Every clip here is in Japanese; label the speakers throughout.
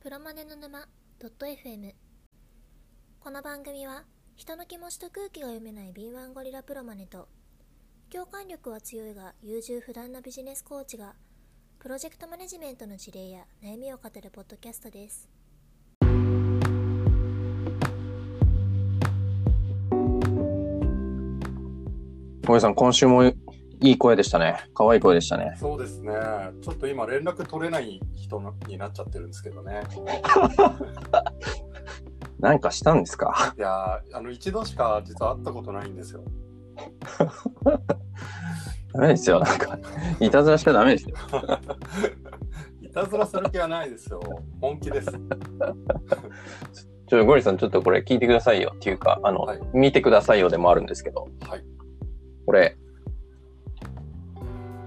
Speaker 1: プロマネの沼 .fm この番組は人の気持ちと空気が読めない敏腕ゴリラプロマネと共感力は強いが優柔不断なビジネスコーチがプロジェクトマネジメントの事例や悩みを語るポッドキャストです
Speaker 2: ごめんさん、今週もいい声でしたね。可愛い声でしたね。
Speaker 3: そうですね。ちょっと今連絡取れない人になっちゃってるんですけどね。
Speaker 2: 何かしたんですか
Speaker 3: いやーあの一度しか実は会ったことないんですよ。
Speaker 2: ダメですよ。なんか、いたずらしちゃダメですよ。
Speaker 3: いたずらする気はないですよ。本気です。
Speaker 2: ちょっとゴリさん、ちょっとこれ聞いてくださいよっていうか、あの、
Speaker 3: はい
Speaker 2: 見てくださいよでもあるんですけど、
Speaker 3: はい。
Speaker 2: これ、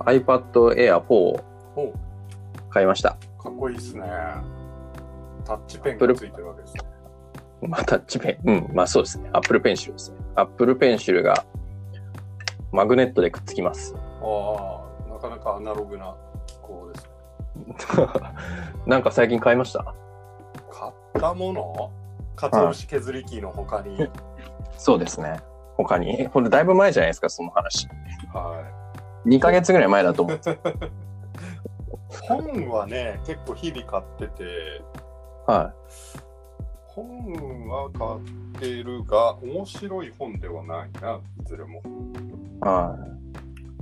Speaker 2: iPad Air 4を
Speaker 3: お
Speaker 2: 買いました。
Speaker 3: かっこいいですね。タッチペンがついてるわけですね。
Speaker 2: まあ、タッチペン。うん、まあそうですね。Apple Pencil ですね。Apple Pencil がマグネットでくっつき ます。
Speaker 3: ああ、なかなかアナログな機構ですね。
Speaker 2: なんか最近買いました
Speaker 3: 買ったもの鰹節削り機の他に、はい。
Speaker 2: そうですね。他に。えこれだいぶ前じゃないですか、その話。2ヶ月ぐらい前だと思う。
Speaker 3: 本はね、結構日々買ってて、
Speaker 2: は
Speaker 3: 本は買ってるが、面白い本ではないな、いずれも。
Speaker 2: い。は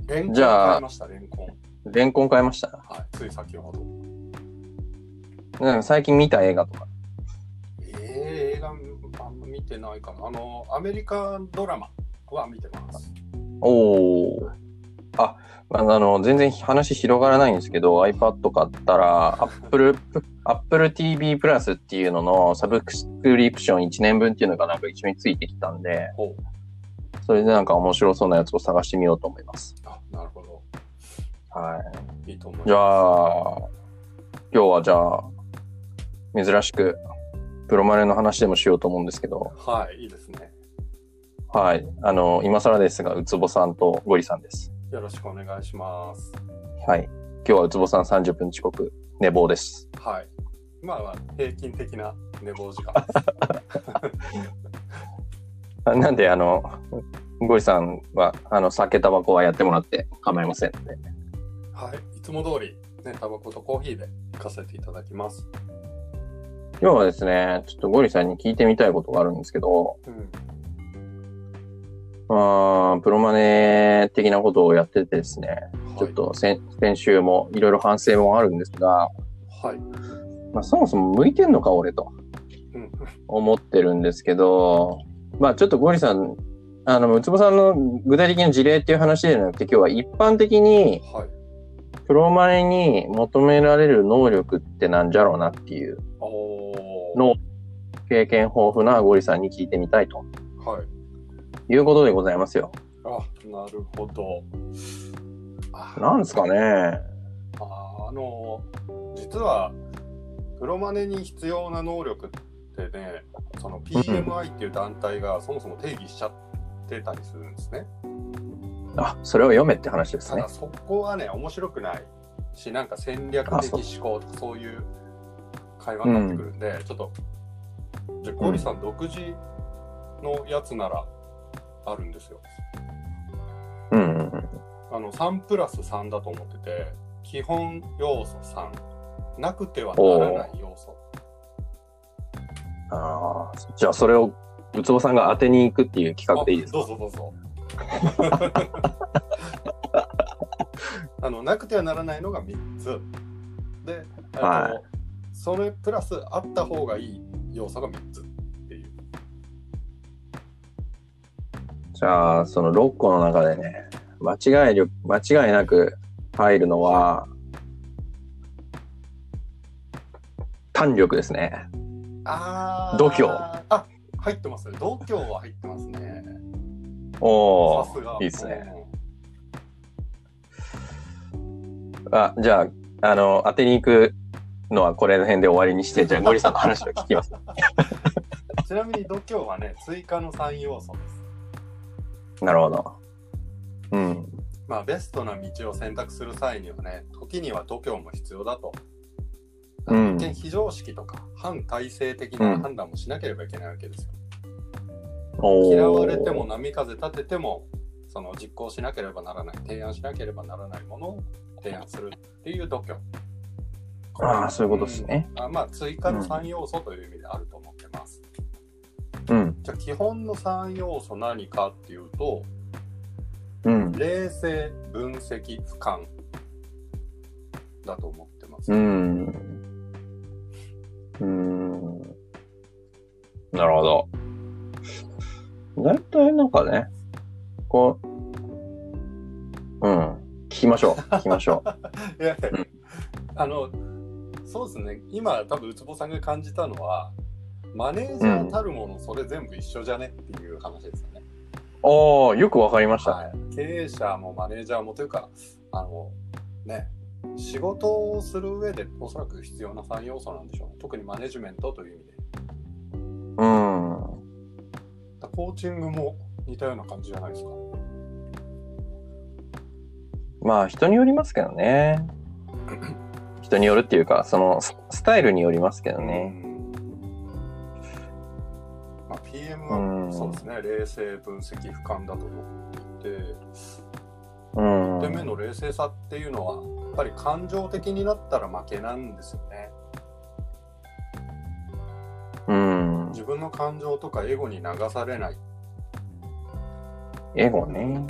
Speaker 3: レンコン
Speaker 2: じゃあ
Speaker 3: 買いました、レンコン。
Speaker 2: い。レンコン買いました。
Speaker 3: はい、つい先ほど。
Speaker 2: なんか最近見た映画とか。
Speaker 3: えー、映画あんま見てないかな。あの、アメリカンドラマは見てます。
Speaker 2: おお。あ、あの、あの全然話広がらないんですけど、iPad 買ったら、Apple、Apple TV プラスっていうののサブスクリプション1年分っていうのがなんか一緒についてきたんで、
Speaker 3: ほう。
Speaker 2: それでなんか面白そうなやつを探してみようと思います。
Speaker 3: あ、なるほど。
Speaker 2: はい
Speaker 3: いと思いま
Speaker 2: い。
Speaker 3: す。
Speaker 2: じゃあ、今日はじゃあ、珍しく、プロマネの話でもしようと思うんですけど、
Speaker 3: はい、いいですね。
Speaker 2: はい。あの、今更ですが、うつぼさんとゴリさんです。
Speaker 3: よろしくお願いします。
Speaker 2: はい。今日はうつぼさん30分遅刻、寝坊です。
Speaker 3: はい。今は平均的な寝坊 時間です。
Speaker 2: あなんで、あの、ゴリさんは、あの、酒、タバコはやってもらって構いませんので。
Speaker 3: はい。いつも通り、ね、タバコとコーヒーで行かせていただきます。
Speaker 2: 今日はですね、ちょっとゴリさんに聞いてみたいことがあるんですけど、
Speaker 3: うん。
Speaker 2: あープロマネ的なことをやっててですね、
Speaker 3: はい、
Speaker 2: ちょっ。と先先週もいろいろ反省もあるんですが、
Speaker 3: はい。
Speaker 2: まあ、そもそも向いてんのか、俺と。
Speaker 3: うん。
Speaker 2: 思ってるんですけど、まあちょっとゴリさん、あの、うつぼさんの具体的な事例っていう話ではなくて、今日は一般的に
Speaker 3: はい。
Speaker 2: プロマネに求められる能力ってなんじゃろうなっていう
Speaker 3: おー
Speaker 2: のを経験豊富なゴリさんに聞いてみたいと
Speaker 3: はい。
Speaker 2: いうことでございますよ。
Speaker 3: あ、なるほど。あ
Speaker 2: なんですかね
Speaker 3: ああの実はプロマネに必要な能力ってねその PMI っていう団体がそもそも定義しちゃってたりするんですね。
Speaker 2: あ、それを読めって話です
Speaker 3: た
Speaker 2: ね
Speaker 3: だ。そこはね面白くないしなんか戦略的思考とかそういう会話になってくるんで、ちょっとじゃあゴリさん独自のやつならあるんですよ。
Speaker 2: うんうんうん。
Speaker 3: あの3プラス3だと思ってて基本要素3なくてはならない要素
Speaker 2: ああ、じゃあそれをうつぼさんが当てに行くっていう企画でいいですか
Speaker 3: あどうぞどうぞ あのなくてはならないのが3つであの、
Speaker 2: はい
Speaker 3: それプラスあった方がいい要素が3つっていう
Speaker 2: じゃあ、その6個の中でね、間違い力、間違いなく入るのは、胆力ですね。
Speaker 3: あー
Speaker 2: 度胸
Speaker 3: あ入ってますね度胸は入ってますね
Speaker 2: お
Speaker 3: さすが
Speaker 2: ー、いいですね。
Speaker 3: うん
Speaker 2: あ、じゃあ、あの、当てに行くのはこれの辺で終わりにして、じゃあ、ゴリさんの話を聞き ます。
Speaker 3: ちなみに度胸はね追加の3要素です
Speaker 2: なるほど。うん。
Speaker 3: まあ、ベストな道を選択する際にはね、時には度胸も必要だと
Speaker 2: うん
Speaker 3: 一見非常識とか反体制的な判断もしなければいけないわけですよ。
Speaker 2: おー
Speaker 3: 嫌われても波風立ててもその実行しなければならない提案しなければならないものを提案するっていう度胸
Speaker 2: ああ、そういうことですね。
Speaker 3: あまあ追加の3要素という意味であると思ってます、
Speaker 2: うん。
Speaker 3: じゃあ基本の3要素何かっていうと
Speaker 2: うん。
Speaker 3: 冷静分析俯瞰だと思ってます、
Speaker 2: うん。うん。なるほど。だいたいなんかね、こう、うん。聞きましょう。聞きましょ う。
Speaker 3: いやいや
Speaker 2: うん
Speaker 3: あのそうですね今多分ウツボさんが感じたのはマネージャーたるものそれ全部一緒じゃねっていう話ですよね、
Speaker 2: おー、よくわかりました。
Speaker 3: はい、経営者もマネージャーもというかあのね仕事をする上でおそらく必要な3要素なんでしょうね特にマネジメントという意味で
Speaker 2: うん。
Speaker 3: だコーチングも似たような感じじゃないですか
Speaker 2: まあ、人によりますけどね。人によるっていうか、その、ススタイルによりますけどね。
Speaker 3: うんまあ、PM
Speaker 2: う
Speaker 3: は
Speaker 2: ん
Speaker 3: そうですね冷静分析俯瞰だと思っていて
Speaker 2: うん。
Speaker 3: 1点目の冷静さっていうのはやっぱり感情的になったら負けなんですよね
Speaker 2: うん。
Speaker 3: 自分の感情とかエゴに流されない
Speaker 2: エゴね。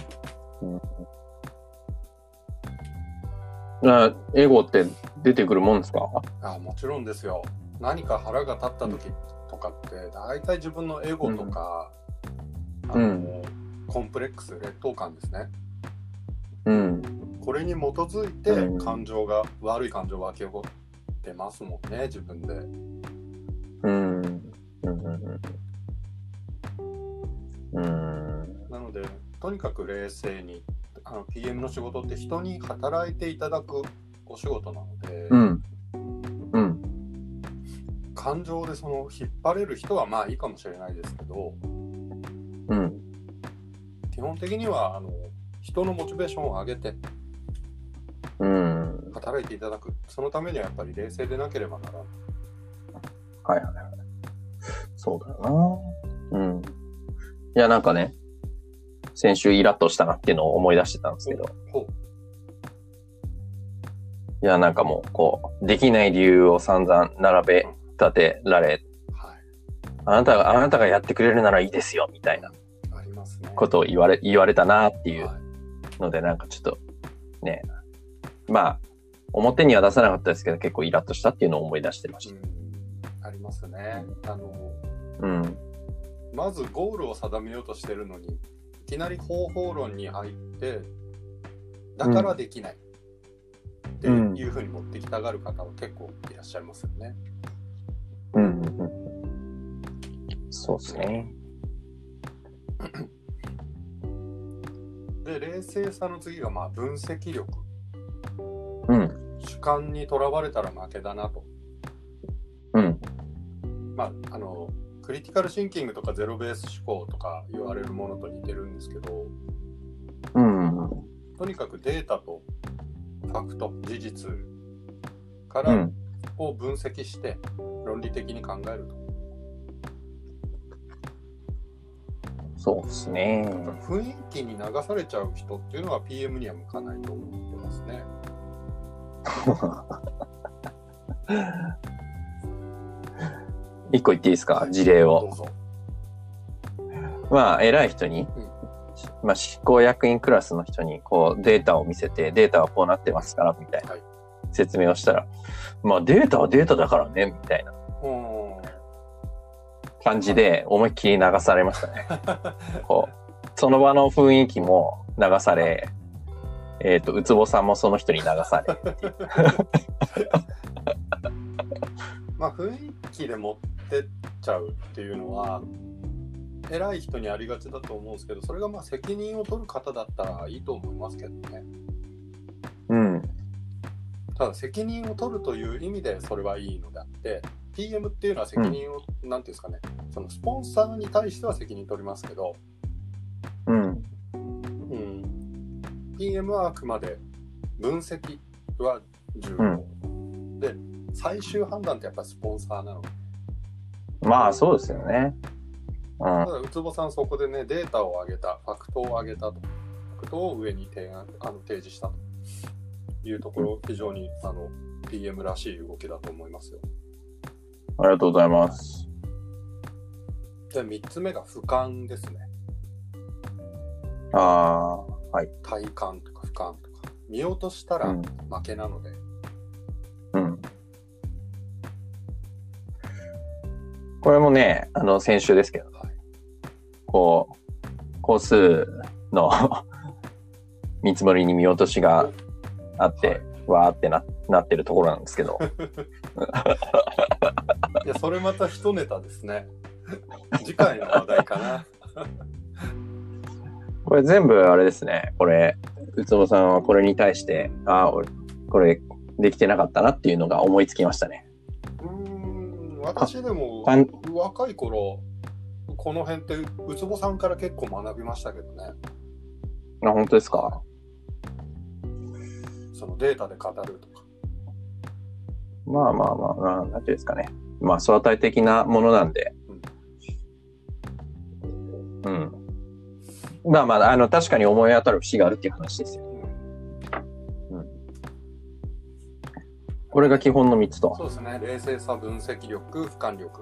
Speaker 2: なエゴって出てくるもんですか
Speaker 3: あもちろんですよ何か腹が立った時とかって大体自分のエゴとか、
Speaker 2: ん
Speaker 3: あの
Speaker 2: う
Speaker 3: コンプレックス劣等感ですね
Speaker 2: うん。
Speaker 3: これに基づい
Speaker 2: うん
Speaker 3: て感情が、悪い感情が湧き起こってますもんね自分で
Speaker 2: うん。うん。うん。
Speaker 3: なのでとにかく冷静にあの PM の仕事って人に働いていただくお仕事なので、
Speaker 2: うん。うん。
Speaker 3: 感情でその引っ張れる人はまあいいかもしれないですけど
Speaker 2: うん。
Speaker 3: 基本的にはあの人のモチベーションを上げて
Speaker 2: うん。
Speaker 3: 働いていただくそのためにはやっぱり冷静でなければならない
Speaker 2: はいはいはい。そうだよな。うん。いや、なんかね、先週イラッとしたなっていうのを思い出してたんですけど、
Speaker 3: ほ
Speaker 2: いや、なんかもう、こう、できない理由を散々並べ立てられ、
Speaker 3: うはい
Speaker 2: あなたが、あなたがやってくれるならいいですよ、みたいな
Speaker 3: ありますね
Speaker 2: ことを言われ、言われたなっていう
Speaker 3: はい
Speaker 2: ので、なんかちょっと、ね、まあ、表には出さなかったですけど、結構イラッとしたっていうのを思い出してまし
Speaker 3: うんありますねあの
Speaker 2: た。うん。
Speaker 3: まずゴールを定めようとしてるのにいきなり方法論に入ってだからできない、っていうふうに持ってきたがる方は結構いらっしゃいますよね。
Speaker 2: うん。そうですね。
Speaker 3: で冷静さの次がまあ分析力
Speaker 2: うん。
Speaker 3: 主観にとらわれたら負けだなと、
Speaker 2: うん。
Speaker 3: まあ、あのクリティカルシンキングとかゼロベース思考とか言われるものと似てるんですけど
Speaker 2: うん。
Speaker 3: とにかくデータとファクト事実か
Speaker 2: う
Speaker 3: ら
Speaker 2: ん。
Speaker 3: を分析して論理的に考えると、
Speaker 2: そうですね。
Speaker 3: だから雰囲気に流されちゃう人っていうのは PM には向かないと思ってますね。
Speaker 2: 一個言っていいですか事例
Speaker 3: ど
Speaker 2: を。
Speaker 3: うぞ。
Speaker 2: まあ、偉い人に
Speaker 3: うん、
Speaker 2: まあ、執行役員クラスの人に、こう、データを見せて、データはこうなってますから、みたいな
Speaker 3: はい
Speaker 2: 説明をしたら、まあ、データはデータだからね、みたいな
Speaker 3: うん
Speaker 2: 感じで、思いっきり流されましたね。こう、その場の雰囲気も流され、えっ、と、ウツボさんもその人に流され。
Speaker 3: まあ雰囲気で持ってっちゃうっていうのは偉い人にありがちだと思うんですけどそれがまあ責任を取る方だったらいいと思いますけどね
Speaker 2: うん。
Speaker 3: ただ責任を取るという意味でそれはいいのであって PM っていうのは責任を何、なん、ていうんですかねそのスポンサーに対しては責任取りますけど、
Speaker 2: うん。
Speaker 3: うん、PM はあくまで分析は重要、で最終判断ってやっぱりスポンサーなので
Speaker 2: まあそうですよね。うん
Speaker 3: た。だウツボさんそこでねデータを上げたファクトを上げたとファクトを上に提案あの提示したというところ非常にあの PM らしい動きだと思いますよ
Speaker 2: ありがとうございます。
Speaker 3: で3つ目が俯瞰ですね
Speaker 2: あ
Speaker 3: 体感とか俯瞰とか見落とした
Speaker 2: あ、う
Speaker 3: ら負
Speaker 2: ん。
Speaker 3: けなので、
Speaker 2: うん。これもね、あの、先週ですけど、
Speaker 3: はい
Speaker 2: こう、個数の 見積もりに見落としがあって、
Speaker 3: はい
Speaker 2: わーってななってるところなんですけど、
Speaker 3: いやそれまた一ネタですね 次回の話題かな
Speaker 2: これ全部あれですね、これ、宇都さんはこれに対して、ああ、俺これできてなかったなっていうのが思いつきましたね。
Speaker 3: うーん私でも
Speaker 2: パン
Speaker 3: 若い頃この辺ってウツボさんから結構学びましたけどね
Speaker 2: あ、本当ですか
Speaker 3: そのデータで語るとか
Speaker 2: まあまあまあ、ななんていうんですかね。まあ、相対的なものなんで。うん。まあまあ、あの、確かに思い当たる節があるっていう話ですよ。これが基本の3つと。
Speaker 3: そうですね冷静さ分析力俯瞰力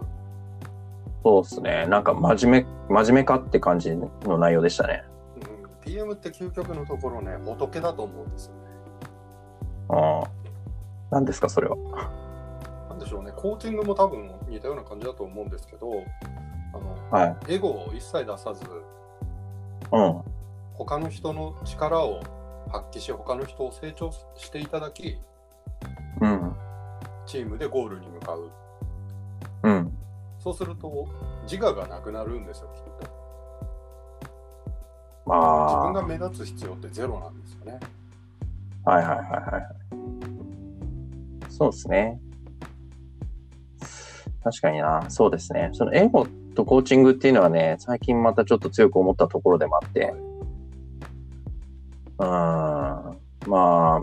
Speaker 2: そうですね。なんか、真面目、真面目かって感じの内容でしたね。
Speaker 3: うん PM って究極のところね仏だと思うんですよね
Speaker 2: ああ。何ですか、それは。
Speaker 3: なんでしょうねコーチングも多分似たような感じだと思うんですけどあの
Speaker 2: はい。
Speaker 3: エゴを一切出さず
Speaker 2: うん。
Speaker 3: 他の人の力を発揮し他の人を成長していただき
Speaker 2: うん。
Speaker 3: チームでゴールに向かう
Speaker 2: うん。
Speaker 3: そうすると自我がなくなるんですよきっと
Speaker 2: ま
Speaker 3: 自
Speaker 2: あ。
Speaker 3: 分
Speaker 2: は
Speaker 3: が目立つ必要ってゼロなんですよね
Speaker 2: いはいはいはい。そうですね。確かにな。そうですね。そのエゴとコーチングっていうのはね、最近またちょっと強く思ったところでもあって、うん。まあ、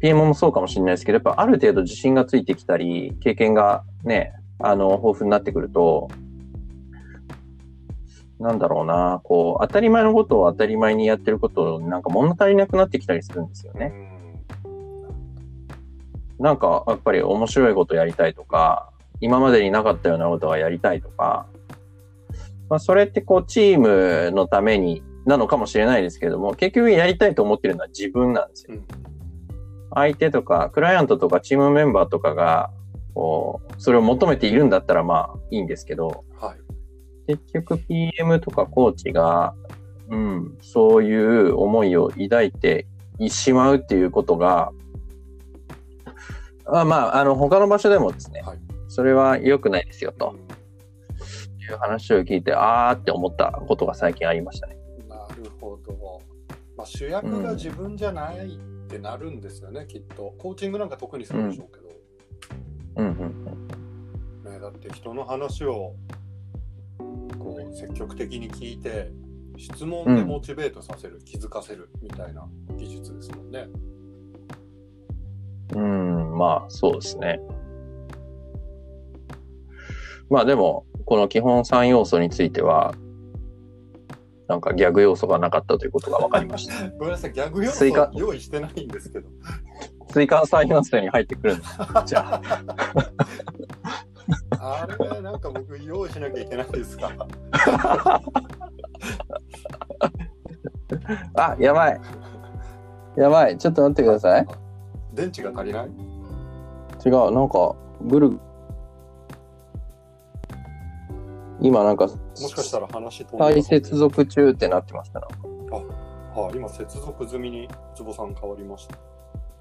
Speaker 2: PM もそうかもしれないですけど、やっぱある程度自信がついてきたり、経験がね、あの、豊富になってくると、なんだろうな、こう、当たり前のことを当たり前にやってることを、なんか物足りなくなってきたりするんですよね。
Speaker 3: うん
Speaker 2: なんかやっぱり面白いことやりたいとか、今までになかったようなことがやりたいとか、まあ、それってこうチームのためになのかもしれないですけども、結局やりたいと思ってるのは自分なんですよ。
Speaker 3: うん
Speaker 2: 相手とか、クライアントとかチームメンバーとかが、こう、それを求めているんだったらまあいいんですけど、
Speaker 3: はい
Speaker 2: 結局 PM とかコーチが、うん、そういう思いを抱いてしまうっていうことが、あまあ、あの、他の場所でもですね、
Speaker 3: はい
Speaker 2: それは良くないですよ、と
Speaker 3: うん
Speaker 2: いう話を聞いて、あーって思ったことが最近ありましたね。
Speaker 3: なるほど、まあ、主役が自分じゃないってなるんですよね、きっとコーチングなんか特にそうでしょうけど、
Speaker 2: うんうん。
Speaker 3: ね、だって人の話をこう積極的に聞いて質問でモチベートさせる、気づかせるみたいな技術ですもんね。
Speaker 2: うん、まあ、そうですね。まあでも、この基本3要素については、なんかギャグ要素がなかったということが分かりました。
Speaker 3: ごめんなさいギャグ要素
Speaker 2: 追加
Speaker 3: 用意してないんですけど
Speaker 2: 追加3要素に入ってくるんです。じゃあ。
Speaker 3: あれねなんか僕用意しなきゃいけないですか
Speaker 2: あ、やばい。やばい。ちょっと待ってください。
Speaker 3: 電池が足りない
Speaker 2: 違う。なんか、ブル、今なんか、
Speaker 3: もしかしたら話飛ん
Speaker 2: 再
Speaker 3: でます
Speaker 2: 接続中ってなってましたな。
Speaker 3: はい、今接続済みにズボさん変わりました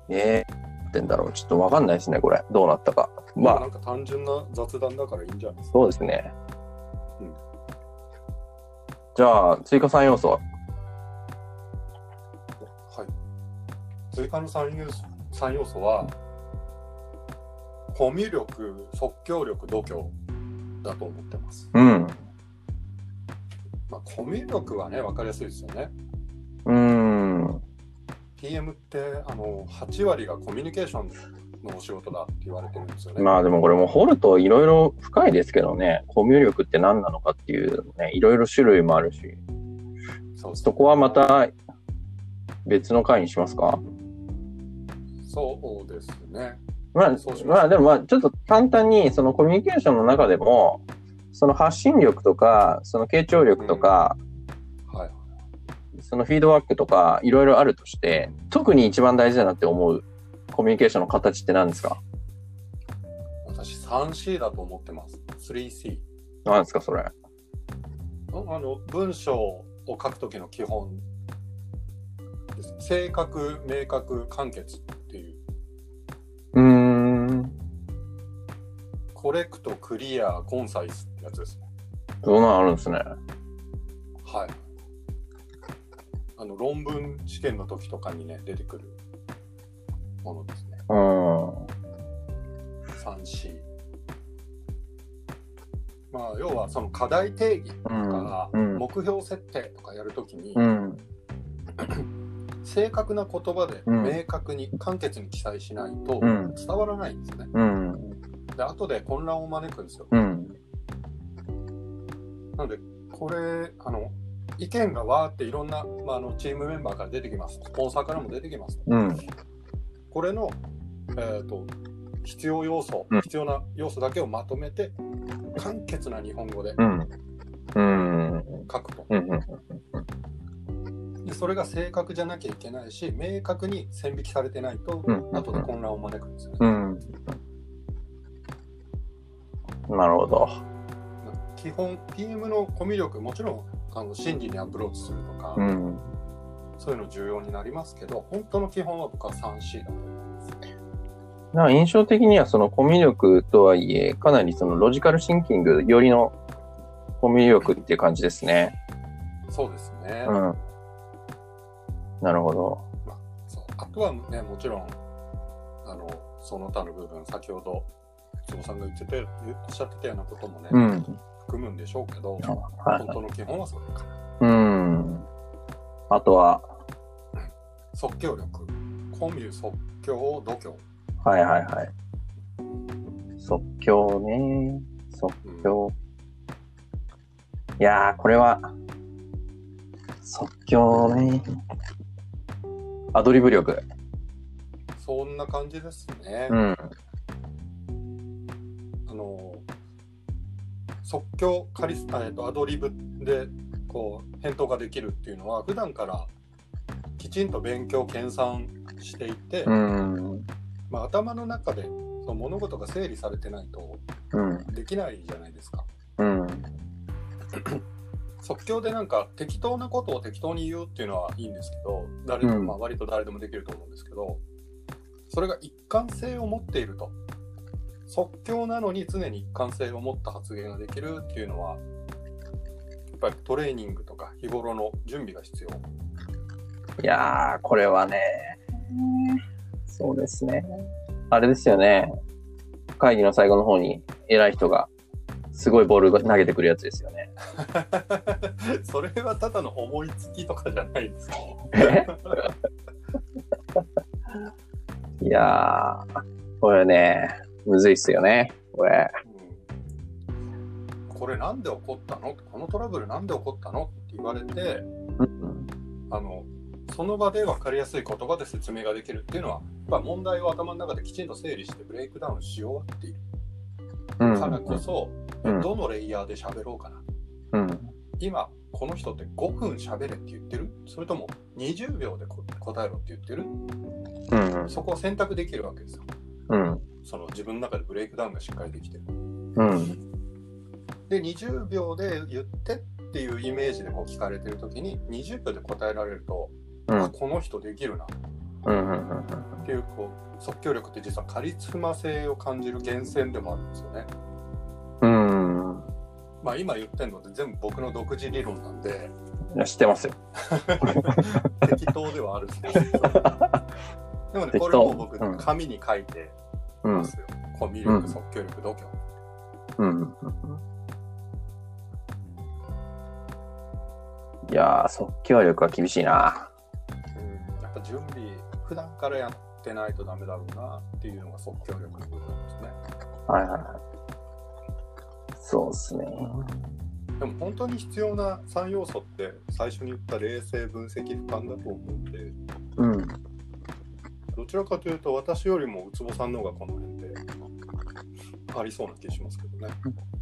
Speaker 2: えー、ってんだろう。ちょっとわかんないですね、これ。どうなったか。
Speaker 3: まあ、な
Speaker 2: まあ、
Speaker 3: んか単純な雑談だからいいんじゃないですか。
Speaker 2: そうですね。
Speaker 3: うん
Speaker 2: じゃあ、追加3要素。
Speaker 3: はい。追加の3要素三要素は、コミュ力、即興力、度胸だと思ってます。
Speaker 2: うん。
Speaker 3: まあ、コミュ力はね、分かりやすいですよね。
Speaker 2: うーん。
Speaker 3: PM ってあの8割がコミュニケーションのお仕事だって言われてるんですよね。
Speaker 2: まあでもこれも掘るといろいろ深いですけどね、コミュ力って何なのかっていうね、いろいろ種類もあるし、
Speaker 3: そう
Speaker 2: そこはまた別の回にしますか
Speaker 3: そうですね。
Speaker 2: まあ
Speaker 3: そうし、ます
Speaker 2: まあでもまあちょっと簡単にそのコミュニケーションの中でも、その発信力とか、その傾聴力とか、
Speaker 3: はい。
Speaker 2: そのフィードバックとかいろいろあるとして、特に一番大事だなって思うコミュニケーションの形って何ですか
Speaker 3: 私 3C だと思ってます。3C。
Speaker 2: 何ですかそれ。
Speaker 3: あの文章を書くときの基本です。正確、明確、簡潔っていう。
Speaker 2: うーん。
Speaker 3: コレクト、クリア、コンサイスってやつですね。
Speaker 2: そんなのあるんですね。
Speaker 3: はい。あの論文試験の時とかにね、出てくるものですね。
Speaker 2: うん。
Speaker 3: 3C。まあ、要はその課題定義とか、
Speaker 2: うんうん
Speaker 3: 目標設定とかやるときに、
Speaker 2: うん。
Speaker 3: 正確な言葉で
Speaker 2: うん
Speaker 3: 明確に簡潔に記載しないと
Speaker 2: うん
Speaker 3: 伝わらないんですね。
Speaker 2: うん。
Speaker 3: で、後で混乱を招くんですよ。
Speaker 2: うん。
Speaker 3: なので、これ、あの、意見がわーっていろんな、まあ、あのチームメンバーから出てきます。スポンサーからも出てきます。
Speaker 2: うん。
Speaker 3: これの、えー、と必要要素、
Speaker 2: うん
Speaker 3: 必要な要素だけをまとめて、簡潔な日本語で
Speaker 2: うん。うん。
Speaker 3: 書くと。
Speaker 2: うん。
Speaker 3: でそれが正確じゃなきゃいけないし、明確に線引きされてないと、
Speaker 2: うん
Speaker 3: 後で混乱を招くんですよね。
Speaker 2: うん。なるほど。
Speaker 3: 基本、チームのコミュ力、もちろんあの真理にアプローチするとか、
Speaker 2: うん。
Speaker 3: そういうの重要になりますけど、本当の基本は僕は 3C だと。
Speaker 2: なんか印象的にはそのコミュ力とはいえ、かなりそのロジカルシンキングよりのコミュ力っていう感じですね。
Speaker 3: そうですね。
Speaker 2: うん。なるほど。
Speaker 3: そうあとはね、もちろん、あのその他の部分、先ほど、坪さんが言ってて、言おっしゃってたようなこともね、
Speaker 2: うん。
Speaker 3: 含むんでしょうけど、
Speaker 2: はい
Speaker 3: 本。当の基本はそれか
Speaker 2: う
Speaker 3: な。
Speaker 2: ん。あとは、
Speaker 3: 即興力、コミュ即興度胸。
Speaker 2: はいはいはい。即興ね。即
Speaker 3: うん
Speaker 2: 興。いやー、これは、即興ね。アドリブ力。
Speaker 3: そんな感じですね。
Speaker 2: うん。
Speaker 3: あの即興カリスタ、えっと、アドリブでこう返答ができるっていうのは普段からきちんと勉強研鑽していて、
Speaker 2: うん。
Speaker 3: まあ、頭の中でその物事が整理されてないと
Speaker 2: うん。
Speaker 3: できないじゃないですか。
Speaker 2: うん。
Speaker 3: 即興でなんか適当なことを適当に言うっていうのはいいんですけど誰でも、
Speaker 2: うん
Speaker 3: まあ、割と誰でもできると思うんですけどそれが一貫性を持っていると即興なのに常に一貫性を持った発言ができるっていうのはやっぱりトレーニングとか日頃の準備が必要
Speaker 2: いやー、これはね。そうですね。あれですよね。会議の最後の方に偉い人がすごいボール投げてくるやつですよ ね。
Speaker 3: それはただの思いつきとかじゃないですか
Speaker 2: いやー、これね、むずいっすよね、これ。
Speaker 3: うんこれなんで起こったのこのトラブルなんで起こったのって言われてあのその場で分かりやすい言葉で説明ができるっていうのは、まあ、問題を頭の中できちんと整理してブレイクダウンし終わっている
Speaker 2: うん
Speaker 3: からこそ、
Speaker 2: うん
Speaker 3: どのレイヤーで喋ろうかな
Speaker 2: うん。
Speaker 3: 今この人って5分喋れって言ってるそれとも20秒でこ答えろって言ってる
Speaker 2: うん。
Speaker 3: そこを選択できるわけですよ
Speaker 2: うん。
Speaker 3: その自分の中でブレイクダウンがしっかりできてる
Speaker 2: うん。
Speaker 3: で20秒で言ってっていうイメージでこう聞かれてる時に20秒で答えられると、
Speaker 2: うん
Speaker 3: あこの人できるな
Speaker 2: うん。うん。
Speaker 3: っていうこう即興力って実はカリスマ性を感じる源泉でもあるんですよね。
Speaker 2: うん。
Speaker 3: まあ今言ってるのって全部僕の独自理論なんで
Speaker 2: いや、知ってますよ。
Speaker 3: 適当ではあるんですけどでもねこれも僕
Speaker 2: うん
Speaker 3: 紙に書いて
Speaker 2: う
Speaker 3: ま
Speaker 2: ん。
Speaker 3: すよ。コミュ
Speaker 2: うん
Speaker 3: 力即興力度
Speaker 2: う
Speaker 3: 胸。
Speaker 2: ん。いやー、即興力は厳しいな。
Speaker 3: うんやっぱ準備普段からやっってないとダメだろうなっていうのが即興力の部分ですね。
Speaker 2: はいはいはい。そうですね。
Speaker 3: でも本当に必要な3要素って最初に言った冷静分析俯瞰だと思うんで
Speaker 2: うん。
Speaker 3: どちらかというと私よりもウツボさんの方がこの辺でありそうな気がしますけどね。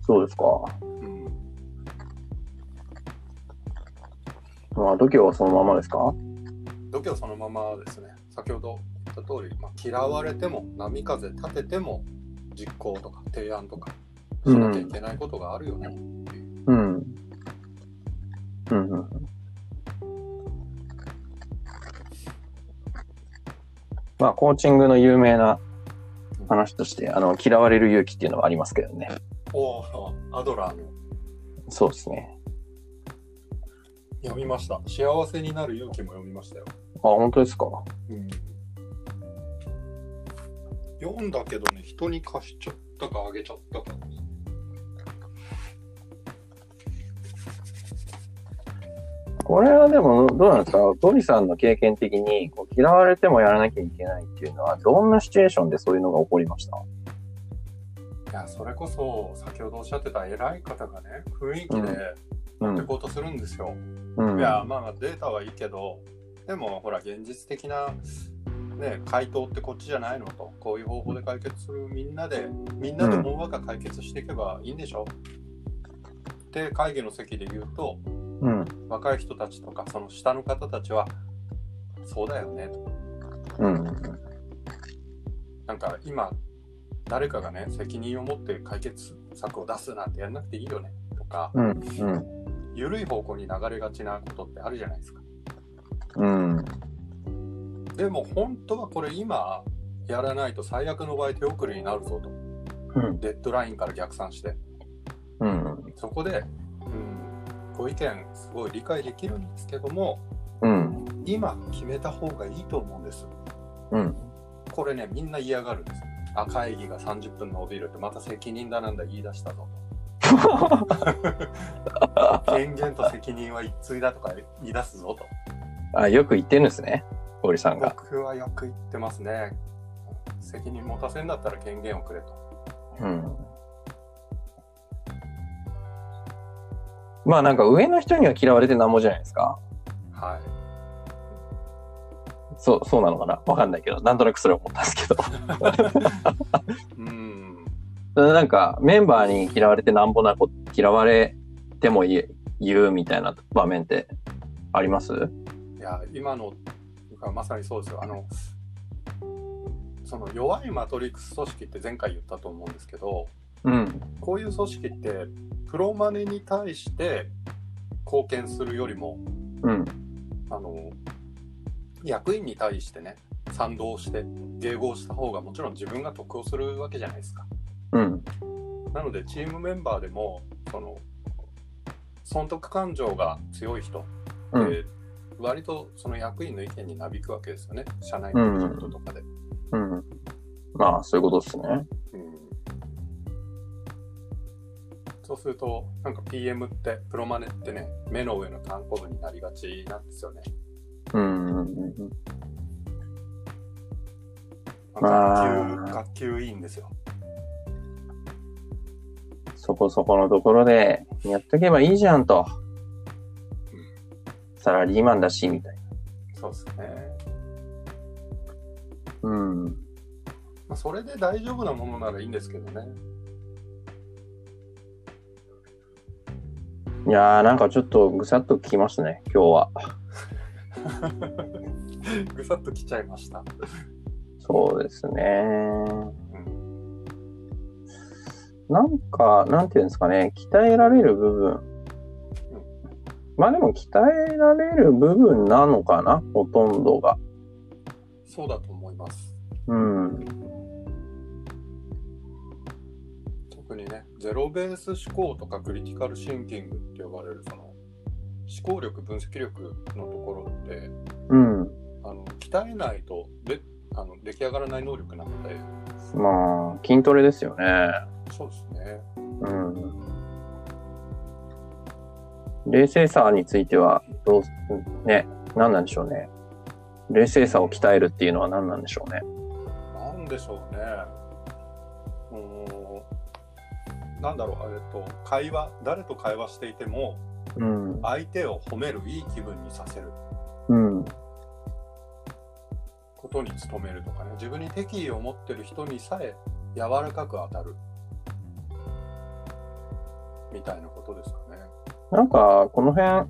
Speaker 2: そうですか。
Speaker 3: うん、
Speaker 2: まあ、度胸はそのままですか
Speaker 3: 度胸そのままですね先ほど言った通り、まあ、嫌われても波風立てても実行とか提案とかしなきゃいけないことがあるよね。
Speaker 2: うん。うんうんうん。まあ、コーチングの有名な話として、あの、嫌われる勇気っていうのはありますけどね。
Speaker 3: おおアドラーの
Speaker 2: そうですね。
Speaker 3: 読みました幸せになる勇気も読みましたよ、
Speaker 2: あ、本当ですか。
Speaker 3: 読んだけどね人に貸しちゃったかあげちゃったか
Speaker 2: これはでも、どうなんですかゴリさんの経験的に、こう嫌われてもやらなきゃいけないっていうのは、どんなシチュエーションでそういうのが起こりました
Speaker 3: いやそれこそ先ほどおっしゃってた偉い方がね雰囲気で
Speaker 2: うん
Speaker 3: や
Speaker 2: う
Speaker 3: って
Speaker 2: ん。
Speaker 3: こうとするんですよ、
Speaker 2: うん。
Speaker 3: いやまあデータはいいけどでもほら現実的なね回答ってこっちじゃないのとこういう方法で解決するみんなでみんなで
Speaker 2: うん
Speaker 3: 本和が解決していけばいいんでしょ、って会議の席で言うと
Speaker 2: うん。
Speaker 3: 若い人たちとかその下の方たちはそうだよね
Speaker 2: うん。
Speaker 3: なんか今誰かがね責任を持って解決策を出すなんてやんなくていいよねとか
Speaker 2: うん。うん。
Speaker 3: 緩い方向に流れがちなことってあるじゃないですか
Speaker 2: うん。
Speaker 3: でも本当はこれ今やらないと最悪の場合手遅れになるぞと
Speaker 2: うん。
Speaker 3: デッドラインから逆算して
Speaker 2: うん。
Speaker 3: そこで、うん、ご意見すごい理解できるんですけども
Speaker 2: うん。
Speaker 3: 今決めた方がいいと思うんです
Speaker 2: うん。
Speaker 3: これねみんな嫌がるんですあ会議が30分伸びるってまた責任だなんだ言い出したぞと権限と責任は一対だとか言い出すぞと
Speaker 2: あ、よく言ってるんですね。ゴリさんが。
Speaker 3: 僕はよく言ってますね責任持たせんだったら権限をくれと
Speaker 2: うん。まあなんか上の人には嫌われてなんぼじゃないですか。
Speaker 3: はい
Speaker 2: そう、そうなのかなわかんないけど、なんとなくそれは思ったんですけど。
Speaker 3: うん
Speaker 2: なんかメンバーに嫌われてなんぼなこ嫌われても言え言うみたいな場面ってあります
Speaker 3: いや今のがまさにそうですよあのその弱いマトリックス組織って前回言ったと思うんですけど
Speaker 2: うん。
Speaker 3: こういう組織ってプロマネに対して貢献するよりも
Speaker 2: うん。
Speaker 3: あの役員に対してね賛同して迎合した方がもちろん自分が得をするわけじゃないですか
Speaker 2: うん。
Speaker 3: なのでチームメンバーでもその損得感情が強い人
Speaker 2: うん。
Speaker 3: で割とその役員の意見になびくわけですよね社内のプロジェクトとかで、
Speaker 2: うん。まあ、そういうことですね。
Speaker 3: うんそうするとなんか PM ってプロマネってね目の上の単行部になりがちなんですよね
Speaker 2: うん。
Speaker 3: 学
Speaker 2: あー
Speaker 3: 級学級委員ですよ
Speaker 2: そこそこのところで、やっとけばいいじゃんと。サラリーマンだし、みたいな。
Speaker 3: そうですね
Speaker 2: うん。
Speaker 3: まあ、それで大丈夫なものならいいんですけどね。
Speaker 2: いやー、なんかちょっとぐさっと聞きますね、今日は。
Speaker 3: ぐさっと来ちゃいました。
Speaker 2: そうですね。
Speaker 3: うん、
Speaker 2: なんか、なんていうんですかね、鍛えられる部分。まあでも、鍛えられる部分なのかな、ほとんどが。
Speaker 3: そうだと思います。
Speaker 2: うん。
Speaker 3: 特にね、ゼロベース思考とかクリティカルシンキングって呼ばれるその思考力、分析力のところって
Speaker 2: うん。
Speaker 3: あの鍛えないとであの出来上がらない能力なので、
Speaker 2: まあ、筋トレですよね。
Speaker 3: そうですね。
Speaker 2: うん。冷静さについては、どう、ね、何なんでしょうね。冷静さを鍛えるっていうのは何なんでしょうね。
Speaker 3: なんでしょうね。うーん。なんだろう、えっと、会話、誰と会話していても、
Speaker 2: うん。
Speaker 3: 相手を褒める、いい気分にさせる
Speaker 2: うん。
Speaker 3: ことに努めるとかね、自分に敵意を持ってる人にさえ柔らかく当たる。みたいなことですかね。
Speaker 2: なんか、この辺、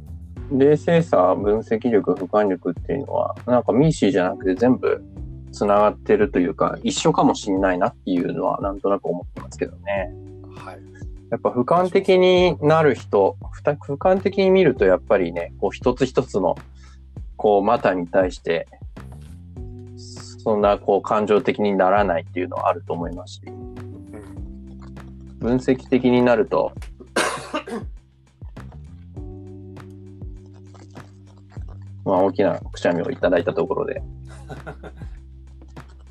Speaker 2: 冷静さ、分析力、俯瞰力っていうのは、なんかミーシーじゃなくて全部繋がってるというか、一緒かもしんないなっていうのは、なんとなく思ってますけどね。
Speaker 3: はい。
Speaker 2: やっぱ俯瞰的になる人、ふた俯瞰的に見ると、やっぱりね、こう一つ一つの、こう、股に対して、そんな、こう、感情的にならないっていうのはあると思いますし、
Speaker 3: うん。
Speaker 2: 分析的になる と、まあ大きなくしゃみをいただいたところで。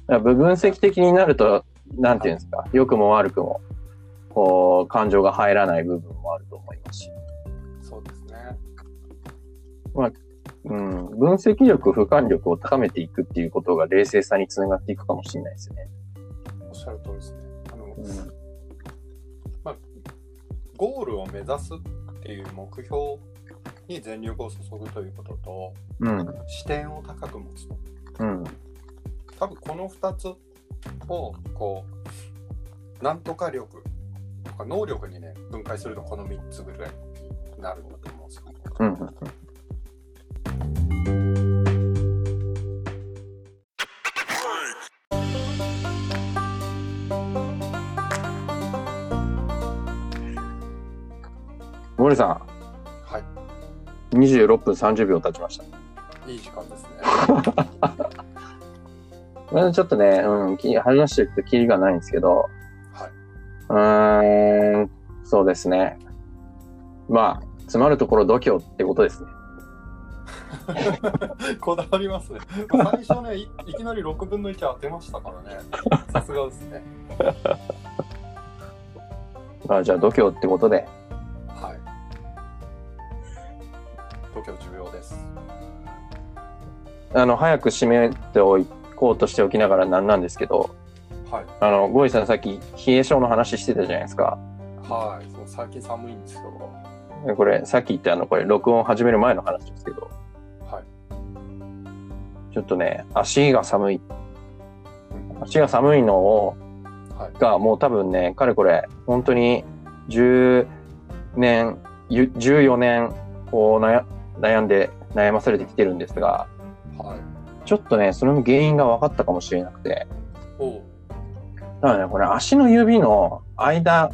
Speaker 2: やっぱ分析的になると、なんていうんですか、良くも悪くも、こう、感情が入らない部分もあると思いますし。
Speaker 3: そうですね。
Speaker 2: うん、分析力、俯瞰力を高めていくっていうことが冷静さにつながっていくかもしれないですね。
Speaker 3: おっしゃる通りですね。あの、
Speaker 2: うん
Speaker 3: ゴールを目指すっていう目標に全力を注ぐということと、
Speaker 2: うん、
Speaker 3: 視点を高く持つと。
Speaker 2: うん、
Speaker 3: 多分この2つをこうなんとか力とか能力にね分解するとこの3つぐらいになるんだと思うんですよ。
Speaker 2: うん、森さ
Speaker 3: は
Speaker 2: ん、26分30秒経ちました。
Speaker 3: い、いい時間ですね。
Speaker 2: うんちょっとね、うん、き話していくとキリがないんですけど、
Speaker 3: はいう
Speaker 2: ーん、そうですね。まあ、詰まるところ度胸ってことですね。
Speaker 3: こだわりますね。最初ねい、いきなり6分の1当てましたからね。さすがですね。
Speaker 2: まあ、じゃあ度胸ってことで、
Speaker 3: はい。東京重要です。
Speaker 2: あの、早く締めておこうとしておきながらなんなんですけど、
Speaker 3: はい。
Speaker 2: あの、ゴイさんさっき冷え性の話してたじゃないですか。
Speaker 3: はい。そう最近寒いんですよ。
Speaker 2: これ、さっき言ったあの、これ、録音始める前の話ですけど、
Speaker 3: はい。
Speaker 2: ちょっとね、足が寒い。足が寒いのを、
Speaker 3: はい。
Speaker 2: がもう多分ね、かれこれ、本当に10年、ゆ14年を悩悩んで、悩まされてきてるんですが、
Speaker 3: はい。
Speaker 2: ちょっとね、その原因が分かったかもしれなくて、
Speaker 3: おう
Speaker 2: だからね、これ足の指の間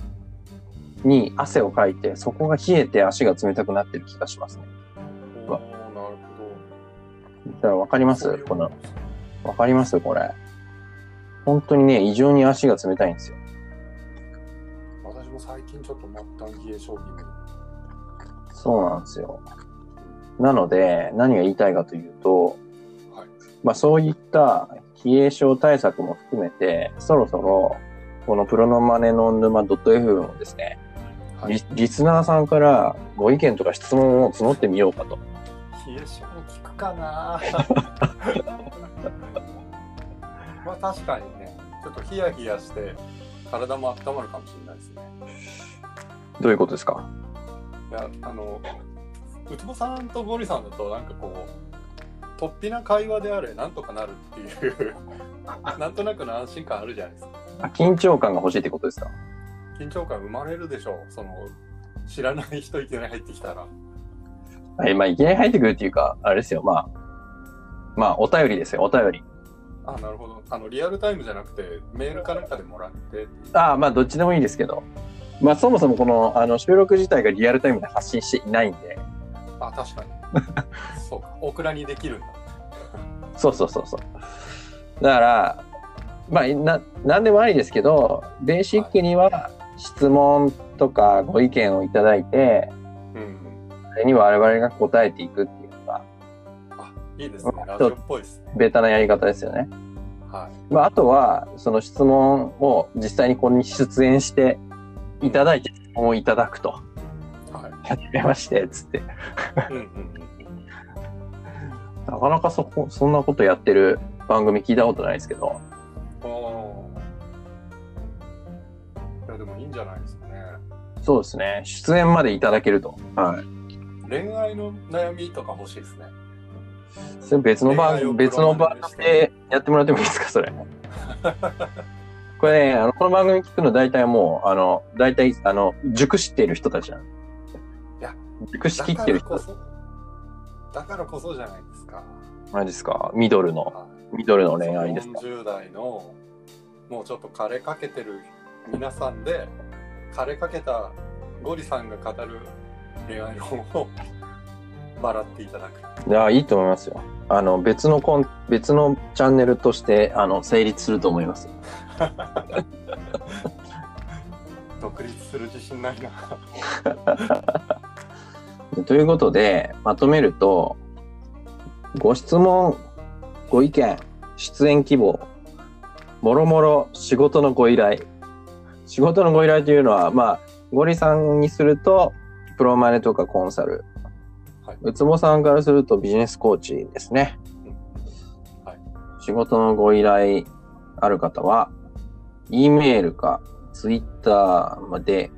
Speaker 2: に汗をかいて、そこが冷えて足が冷たくなってる気がしますね。
Speaker 3: おう
Speaker 2: わ
Speaker 3: なるほど。
Speaker 2: だから分かりますこの、分かりますこれ。本当にね、異常に足が冷たいんですよ。
Speaker 3: 私も最近ちょっと末端冷え症気味
Speaker 2: そうなんですよ。なので、何が言いたいかというと、
Speaker 3: はい
Speaker 2: まあそういった冷え症対策も含めて、そろそろ、このプロのマネの沼 .f をですね、
Speaker 3: は
Speaker 2: リ、リスナーさんからご意見とか質問を募ってみようかと。
Speaker 3: 冷え性に効くかな まあ確かにねちょっとヒヤヒヤして体も温まるかもしれないですね
Speaker 2: どういうことですか
Speaker 3: いやあのウツボさんとゴリさんだとなんかこう突飛な会話であれなんとかなるっていう なんとなくの安心感あるじゃないですか
Speaker 2: あ緊張感が欲しいってことですか
Speaker 3: 緊張感生まれるでしょうその知らない人いきなり入ってきたら
Speaker 2: はい、まあいきなり入ってくるっていうか、あれですよ、まあ、まあお便りですよ、お便り。
Speaker 3: あなるほどあのリアルタイムじゃなくてメールかなんかでもらって
Speaker 2: ああ、まあどっちでもいいですけど。まあそもそもこのあの収録自体がリアルタイムで発信していないんで、
Speaker 3: あ確かにそうかオクラにできるんだ
Speaker 2: そうそうそうそう。だから、まあ、な、なんでもありですけど、ベーシックには質問とかご意見をいただいて、
Speaker 3: うん
Speaker 2: それに我々が答えていくっていうのが、
Speaker 3: あいいですねラジオっぽいですね
Speaker 2: ベタなやり方ですよね。
Speaker 3: はい
Speaker 2: まあ、あとは、その質問を実際にここに出演していただいて、質問をいただくと。
Speaker 3: はい
Speaker 2: はじめまして、つって。
Speaker 3: うんうんうん
Speaker 2: なかなかそこ、そんなことやってる番組聞いたことないですけど。
Speaker 3: ああ。いや、でもいいんじゃないですかね。
Speaker 2: そうですね。出演までいただけると。はい。
Speaker 3: 恋愛の悩みとか欲しいですね。
Speaker 2: それ別の番
Speaker 3: 恋愛を
Speaker 2: 組、別の番組でやってもらってもいいですか、それ。これね、あの、この番組聞くの大体もう、あの、大体、あの、熟知っている人たちなんい
Speaker 3: や、
Speaker 2: 熟しき
Speaker 3: だ
Speaker 2: っ
Speaker 3: か
Speaker 2: て
Speaker 3: ら
Speaker 2: る人
Speaker 3: こ
Speaker 2: たち。
Speaker 3: そ。だからこそじゃないですか。
Speaker 2: マジですかミドルの、
Speaker 3: はい
Speaker 2: ミドルの恋愛ですか
Speaker 3: 40代のもうちょっと枯れかけてる皆さんで枯れかけたゴリさんが語る恋愛論を笑っていただく
Speaker 2: いや、いいと思いますよ。あの、別のコン、別のチャンネルとして、あの、成立すると思います。
Speaker 3: 独立する自信ないな
Speaker 2: ということで、まとめると、ご質問、ご意見、出演希望、もろもろ仕事のご依頼。仕事のご依頼というのは、まあ、ゴリさんにすると、プロマネとかコンサル。
Speaker 3: はいう
Speaker 2: つぼさんからするとビジネスコーチですね。
Speaker 3: はい
Speaker 2: 仕事のご依頼ある方は、E メールか Twitter まで、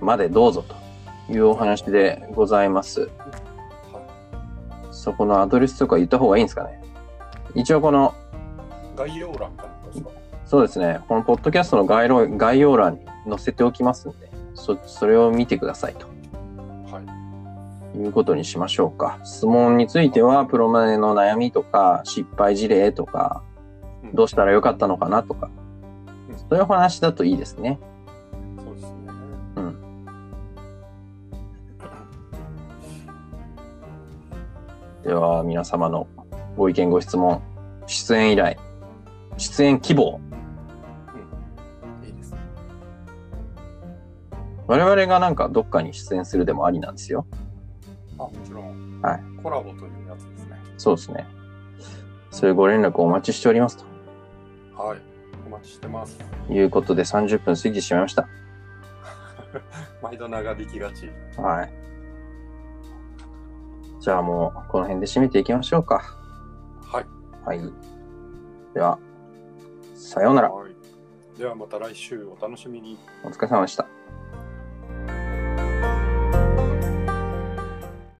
Speaker 2: までどうぞというお話でございます。そこのアドレスとか言った方がいいんですかね。一応この、
Speaker 3: 概要欄かなんかですか
Speaker 2: そうですね、このポッドキャストの概要概要欄に載せておきますんで、そそれを見てくださいと
Speaker 3: はい
Speaker 2: いうことにしましょうか。質問については、プロマネの悩みとか、失敗事例とか、
Speaker 3: うん
Speaker 2: どうしたらよかったのかなとか
Speaker 3: うん、
Speaker 2: そういうお話だといいですね。
Speaker 3: そうですね
Speaker 2: うんでは、皆様のご意見、ご質問、出演依頼、出演希望、
Speaker 3: いいですね
Speaker 2: 我々がなんかどっかに出演するでもありなんですよ。
Speaker 3: あもちろん、
Speaker 2: はい
Speaker 3: コラボというやつですね
Speaker 2: そうですね。それご連絡お待ちしておりますと
Speaker 3: はいお待ちしてます
Speaker 2: いうことで30分過ぎてしまいました。
Speaker 3: 毎度長引きがち
Speaker 2: はい。じゃあもうこの辺で締めていきましょうか。
Speaker 3: はい
Speaker 2: はい。では、さようなら。
Speaker 3: はいではまた来週お楽しみに
Speaker 2: お疲れ様でした。